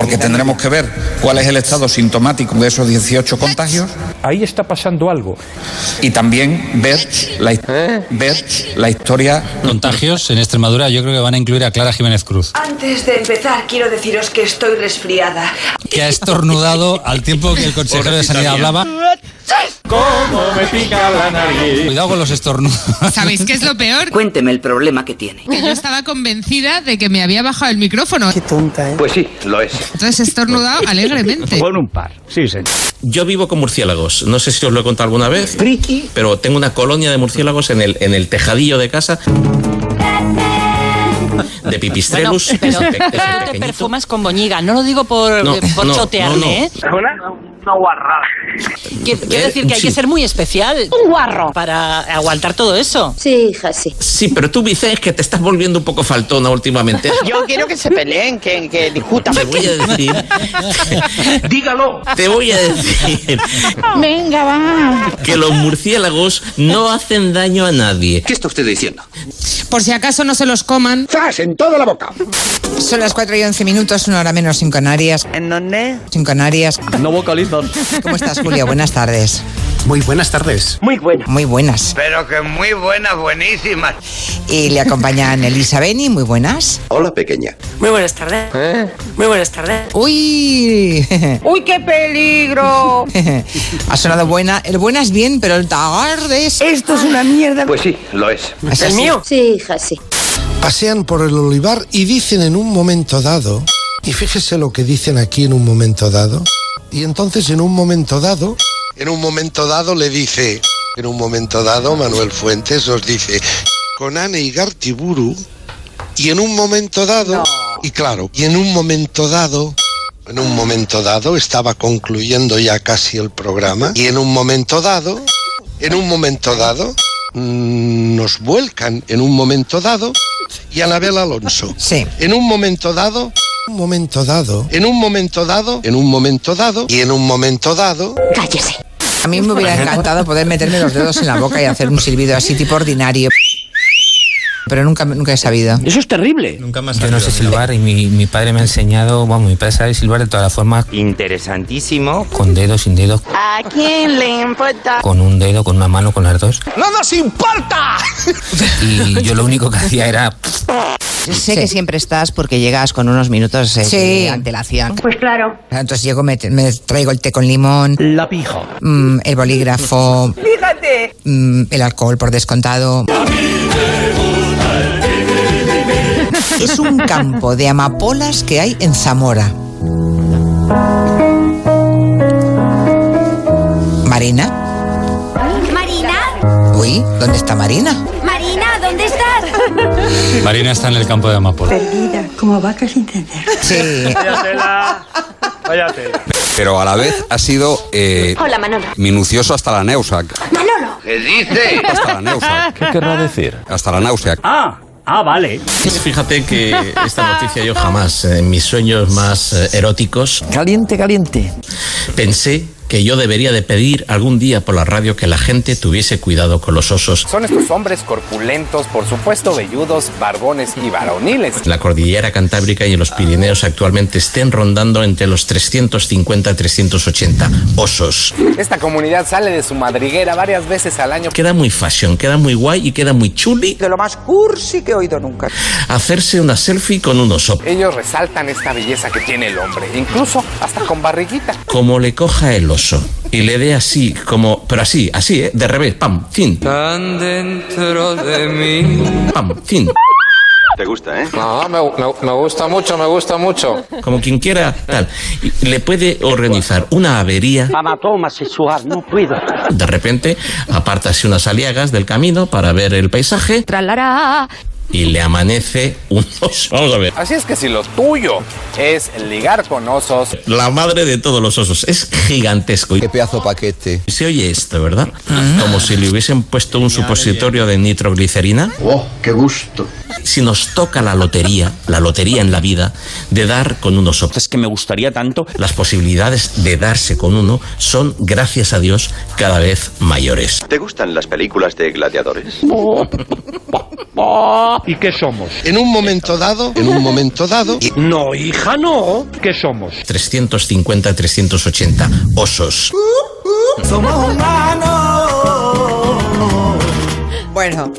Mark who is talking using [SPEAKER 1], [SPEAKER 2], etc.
[SPEAKER 1] Porque tendremos que ver cuál es el estado sintomático de esos 18 contagios
[SPEAKER 2] Ahí está pasando algo.
[SPEAKER 1] y también ver la, his- ver la historia.
[SPEAKER 3] Contagios en Extremadura yo creo que van a incluir a Clara Jiménez Cruz,
[SPEAKER 4] Antes de empezar, quiero deciros que estoy resfriada.
[SPEAKER 3] que ha estornudado al tiempo que el consejero de Sanidad hablaba. Cuidado con los estornudos.
[SPEAKER 5] ¿Sabéis qué es lo peor?
[SPEAKER 4] Cuénteme el problema que tiene.
[SPEAKER 5] Que yo estaba convencida de que me había bajado el micrófono.
[SPEAKER 6] Pues sí, lo es.
[SPEAKER 5] Entonces he estornudado alegremente.
[SPEAKER 7] Con un par, sí, señor.
[SPEAKER 8] Yo vivo con murciélagos. No sé si os lo he contado alguna vez. Pero tengo una colonia de murciélagos en el, en el tejadillo de casa. De pipistrelus. Es
[SPEAKER 9] pero
[SPEAKER 8] pe- es
[SPEAKER 9] tú te
[SPEAKER 8] pequeñito.
[SPEAKER 9] perfumas con boñiga. No lo digo por,
[SPEAKER 8] No,
[SPEAKER 9] eh, por
[SPEAKER 8] no,
[SPEAKER 9] chotearme,
[SPEAKER 8] no, no.
[SPEAKER 9] ¿eh?
[SPEAKER 6] Una guarrada.
[SPEAKER 9] Quiero, quiero
[SPEAKER 8] Eh,
[SPEAKER 9] decir que hay
[SPEAKER 8] sí.
[SPEAKER 9] que ser muy especial. Un guarro. Para aguantar todo eso.
[SPEAKER 10] Sí, hija, sí.
[SPEAKER 8] Sí, pero tú, Vicente, es que te estás volviendo un poco faltona últimamente.
[SPEAKER 4] Yo quiero que se peleen, que, que discutan.
[SPEAKER 8] Te voy a decir.
[SPEAKER 6] Dígalo.
[SPEAKER 8] Te voy a decir
[SPEAKER 10] Venga, va.
[SPEAKER 8] que los murciélagos no hacen daño a nadie.
[SPEAKER 6] ¿Qué está usted diciendo?
[SPEAKER 5] Por si acaso no se los coman.
[SPEAKER 7] ¡Zas! En toda la boca.
[SPEAKER 5] Son las 4 y 11 minutos, una hora menos en Canarias.
[SPEAKER 4] ¿En dónde?
[SPEAKER 5] En Canarias.
[SPEAKER 7] No vocalizan.
[SPEAKER 5] ¿Cómo estás, Julia? Buenas tardes.
[SPEAKER 7] Muy buenas tardes.
[SPEAKER 4] Muy buena.
[SPEAKER 5] Muy buenas.
[SPEAKER 6] Pero que muy buenas, buenísimas.
[SPEAKER 5] Y le acompañan Elisa Beni, muy buenas.
[SPEAKER 6] Hola, pequeña. ¿Eh?
[SPEAKER 9] Muy buenas tardes. Muy buenas tardes.
[SPEAKER 5] ¡Uy!
[SPEAKER 4] ¡Uy, qué peligro!
[SPEAKER 5] ha sonado buena. El buena es bien, pero el tarde es...
[SPEAKER 4] Esto es una mierda.
[SPEAKER 6] Pues sí, lo es.
[SPEAKER 5] Es así.
[SPEAKER 10] Sí, hija, sí.
[SPEAKER 11] pasean por el olivar y dicen en un momento dado, y fíjese lo que dicen aquí en un momento dado, y entonces en un momento dado, en un momento dado le dice, en un momento dado Manuel Fuentes os dice, con Anne y Gartiburu, y en un momento dado, y claro, y en un momento dado... En un momento dado estaba concluyendo ya casi el programa y en un momento dado, en un momento dado, mm, nos vuelcan en un momento dado y Anabel Alonso.
[SPEAKER 5] Sí.
[SPEAKER 11] En un momento dado, un momento dado, en un momento dado, en un momento dado y en un momento dado.
[SPEAKER 10] Cállese.
[SPEAKER 5] A mí me hubiera encantado poder meterme los dedos en la boca y hacer un silbido así tipo ordinario. Pero nunca, nunca he sabido.
[SPEAKER 7] Eso es terrible.
[SPEAKER 3] Nunca más Yo no sé silbar y mi, mi padre me ha enseñado, vamos, mi padre sabe silbar de todas las formas,
[SPEAKER 7] Interesantísimo.
[SPEAKER 3] con dedos, sin dedos,
[SPEAKER 4] ¿A quién le importa?
[SPEAKER 3] con un dedo, con una mano, con las dos.
[SPEAKER 7] ¡No nos importa!
[SPEAKER 3] Y yo lo único que hacía era...
[SPEAKER 5] sé que siempre estás porque llegas con unos minutos de antelación.
[SPEAKER 10] Pues claro.
[SPEAKER 5] Entonces llego, me, me traigo el té con limón,
[SPEAKER 7] La pija.
[SPEAKER 5] mm, el bolígrafo,
[SPEAKER 4] Fíjate.
[SPEAKER 5] mm, el alcohol por descontado. Es un campo de amapolas que hay en Zamora. Marina.
[SPEAKER 10] Marina,
[SPEAKER 5] Uy, ¿dónde está Marina?
[SPEAKER 10] Marina, ¿dónde estás?
[SPEAKER 3] Marina está en el campo de Amapola.
[SPEAKER 5] Sí.
[SPEAKER 1] Pero a la vez ha sido eh,
[SPEAKER 10] Hola, Manolo.
[SPEAKER 1] minucioso hasta la náusea.
[SPEAKER 10] Manolo.
[SPEAKER 6] ¿Qué dice?
[SPEAKER 1] Hasta la náusea.
[SPEAKER 7] ¿Qué querrá decir?
[SPEAKER 1] Hasta la náusea.
[SPEAKER 7] Ah, ah, vale.
[SPEAKER 8] Fíjate que esta noticia yo jamás, eh, en mis sueños más eh, eróticos,
[SPEAKER 7] Caliente, caliente.
[SPEAKER 8] pensé que yo debería de pedir algún día por la radio que la gente tuviese cuidado con los osos.
[SPEAKER 7] Son estos hombres corpulentos, por supuesto velludos, barbones y varoniles.
[SPEAKER 8] La cordillera cantábrica y en los Pirineos actualmente estén rondando entre los 350 y 380 osos.
[SPEAKER 7] Esta comunidad sale de su madriguera varias veces al año.
[SPEAKER 8] Queda muy fashion, queda muy guay y queda muy chuli
[SPEAKER 4] De lo más cursi que he oído nunca.
[SPEAKER 8] hacerse una selfie con un oso.
[SPEAKER 7] Ellos resaltan esta belleza que tiene el hombre, incluso hasta con barriguita.
[SPEAKER 8] Como le coja el oso y le dé así, como, pero así, así, ¿eh? de revés, pam, fin,
[SPEAKER 3] Tan dentro de mí.
[SPEAKER 8] pam, fin.
[SPEAKER 6] Te gusta, ¿eh?
[SPEAKER 7] No, me, gusta mucho, me gusta mucho.
[SPEAKER 8] Como quien quiera, tal. Y le puede organizar una avería.
[SPEAKER 4] Mamatoma sexual, no puedo.
[SPEAKER 8] De repente, apartase unas aliagas del camino para ver el paisaje
[SPEAKER 10] Tralará.
[SPEAKER 8] y le amanece un oso. Vamos a ver.
[SPEAKER 7] Así es que si lo tuyo es ligar con osos,
[SPEAKER 8] La madre de todos los osos. Es gigantesco. Y
[SPEAKER 11] pedazo paquete.
[SPEAKER 8] se oye esto, ¿verdad? Como si le hubiesen puesto un supositorio de nitroglicerina.
[SPEAKER 6] Oh, qué gusto.
[SPEAKER 8] Si nos toca la lotería, la lotería en la vida, de dar con un oso.
[SPEAKER 7] es que me gustaría tanto.
[SPEAKER 8] Las posibilidades de darse con uno son, gracias a Dios, cada vez mayores.
[SPEAKER 6] ¿Te gustan las películas de gladiadores?
[SPEAKER 11] ¿Y qué somos? En un momento dado, en un momento dado, y-
[SPEAKER 6] No, hija, no. ¿Qué somos?
[SPEAKER 8] 350, 380 osos.
[SPEAKER 5] Bueno,